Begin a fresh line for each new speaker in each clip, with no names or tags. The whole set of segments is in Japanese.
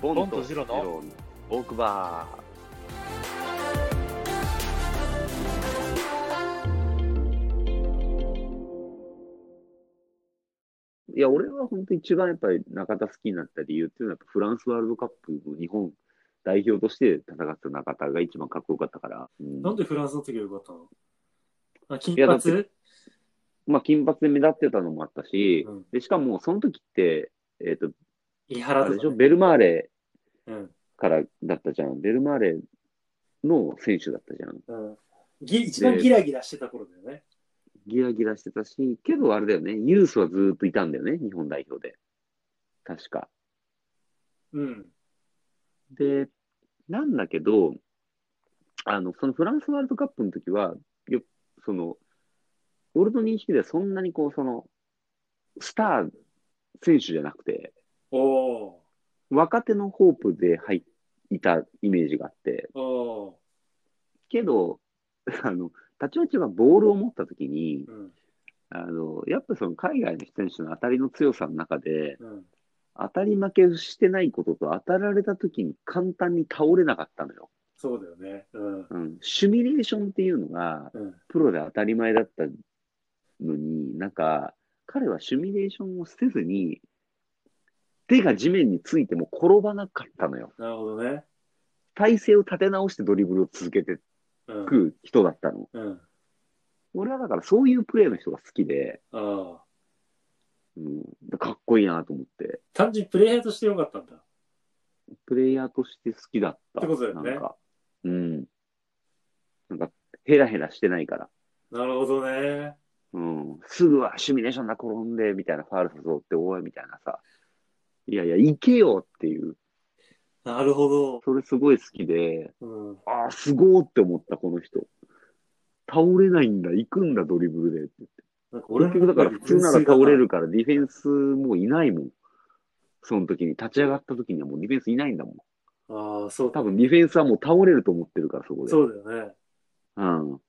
ボ
ボンとジロの
オークバー。いや、俺は本当一番やっぱり中田好きになった理由っていうのは、やっぱフランスワールドカップの日本代表として戦った中田が一番かっこよかったから、うん
なんでフランスの時はよかったのあ、金
いやだっ
髪
まあ、金髪で目立ってたのもあったし、
うん
でしかもその時って、えっ、と、
井
あ
原
れ
と
でしょ、
かね、
ベルマーレ
うん。
からだったじゃん。ベルマーレの選手だったじゃん。
うん。ぎ一番ギラギラしてた頃だよね。
ギラギラしてたし、けどあれだよね、ユースはずーっといたんだよね、日本代表で。確か。
うん。
で、なんだけど、あの、そのフランスワールドカップの時は、よ、その、俺の認識ではそんなにこう、その、スター選手じゃなくて、
おお
若手のホープで入いたイメージがあって、
おお
けど、あの、たちまちがボールを持った時に
ー、うん。
あの、やっぱその海外の選手の当たりの強さの中で、
うん。
当たり負けしてないことと当たられた時に簡単に倒れなかったのよ。
そうだよね。うん。
うん。シミュレーションっていうのが
うん。
プロで当たり前だったのに、なんか彼はシミュレーションをせずに手が地面についても転ばなかったのよ。
なるほどね。
体勢を立て直してドリブルを続けて
うん。
く人だったの。
うん。
俺はだからそういうプレーの人が好きで、
ああ。
うん、かっこいいなと思って、
単純にプレイヤーとしてよかったんだ。
プレイヤーとして好きだった。
ってことだよね
なんか、うん。なんか、ヘラヘラしてないから。
なるほどね。
うん、すぐはシミュレーションだ、転んで、みたいな、ファール誘って、おい、みたいなさ。いやいや、行けよっていう、
なるほど。
それすごい好きで、
うん。
ああ、すごーって思った、この人。倒れないんだ、行くんだ、ドリブルでって言って。
なんか
結局、だから普通なら倒れる。から、ディフェンスもういないもん。その時に、立ち上がった時にはもうディフェンスいないんだもん。
ああ、そう
多分ディフェンスはもう倒れると思ってるから、そこで。
そうだよね。
うん。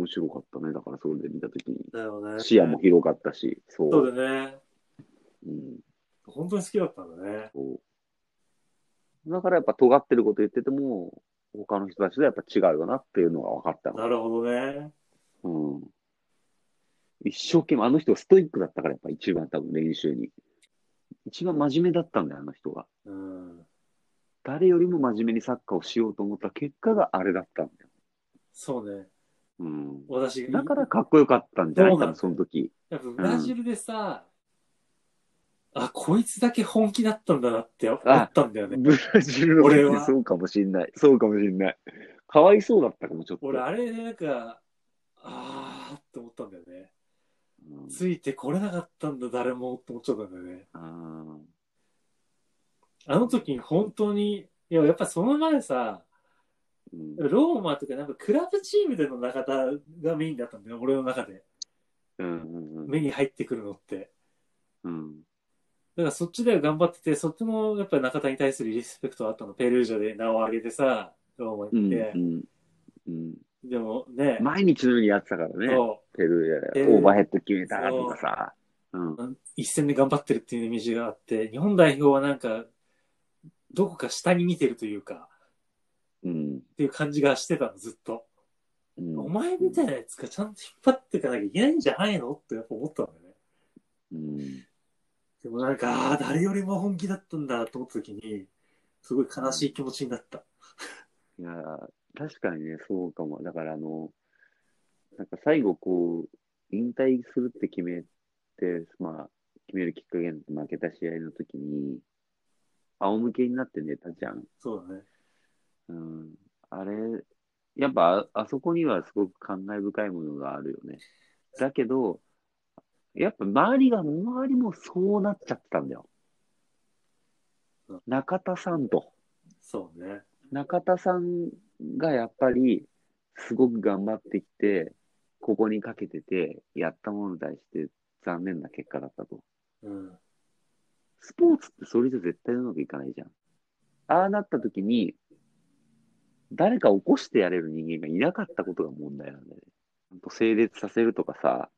面白かったね、だからそれで見た時に。
だよね。
視野も。広かったし、そう。
そうだよね。
うん
本当に好きだったんだね。
そう。だからやっぱ尖ってること言ってても、他の人たちとはやっぱ違うよなっていうのが分かったの。
なるほどね。
うん。一生懸命、あの人ストイックだったからやっぱ一番多分練習に。一番真面目だったんだよ、あの人が。
うん。
誰よりも真面目にサッカーをしようと思った結果があれだったんだよ。
そうね。
うん。
私、
だからかっこよかったんじゃない
そう
多
な
分
んだ
その時。
やっぱブラジルでさ、あ、こいつだけ本気だったんだなって思ったんだよね。
ブラジルの
俺
時
は
そうかもしんない。そうかもしんない。かわいそうだったかも、ちょっと。
俺、あれでなんか、あーって思ったんだよね。
うん
ついてこれなかったんだ、誰もって思っちゃったんだよね。
あー
あの時に本当に、いや、やっぱその前さ、
うん
ローマとかなんかクラブチームでの中田がメインだったんだよ、俺の中で。
うんうんうん
目に入ってくるのって。
うん。
だからそっちでは頑張ってて、そっちのやっぱり中田に対するリスペクトはあったの。ペルージャで名を上げてさ、ローマ
う
行っ
ん
て。
うんうん、
でもね、
毎日のようにやってたからね、
そ
ペル
ペ
ー
ルー
でオーバーヘッド決めたとかさ、うん
う、一戦で頑張ってるっていうイメージがあって、日本代表はなんか、どこか下に見てるというか、
うん
っていう感じがしてたの、ずっと。
うん
お前みたいなやつがちゃんと引っ張っていかなきゃいけないんじゃないのってやっぱ思ったんだよね。
うん
でもなんか、あー誰よりも本気だったんだと思った時に、すごい悲しい気持ちになった。
いや確かにね、そうかも、だからあの、なんか最後、こう引退するって決めて、まあ、決めるきっかけになって負けた試合の時に、仰向けになって寝たじゃん。
そうだね。
うん、あれ、やっぱあ、あそこにはすごく感慨深いものがあるよね。だけど、やっぱ周りが、周りもそうなっちゃってたんだよ
うん。
中田さんと。
そうね。
中田さんがやっぱり、すごく頑張ってきて、ここにかけてて、やったものに対して残念な結果だったと。
うん。
スポーツってそれじゃ絶対うまくいかないじゃん。ああなった時に、誰か起こしてやれる人間がいなかったことが問題なんだよね。ほんと整列させるとかさ、っ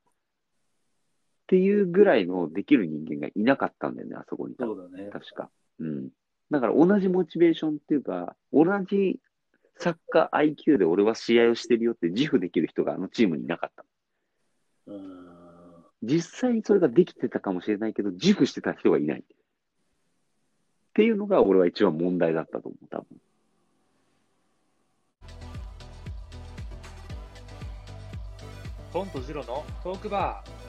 ていうぐらいのできる人間がいなかったんだよね、あそこに。
そうだね。
確か。うん。だから同じモチベーションっていうか、同じサッカー IQ で俺は試合をしてるよって自負できる人があのチームにいなかった。
うん。
実際にそれができてたかもしれないけど、自負してた人がいない。っていうのが俺は一番問題だったと思う、多分。
ポンとジロのトークバー。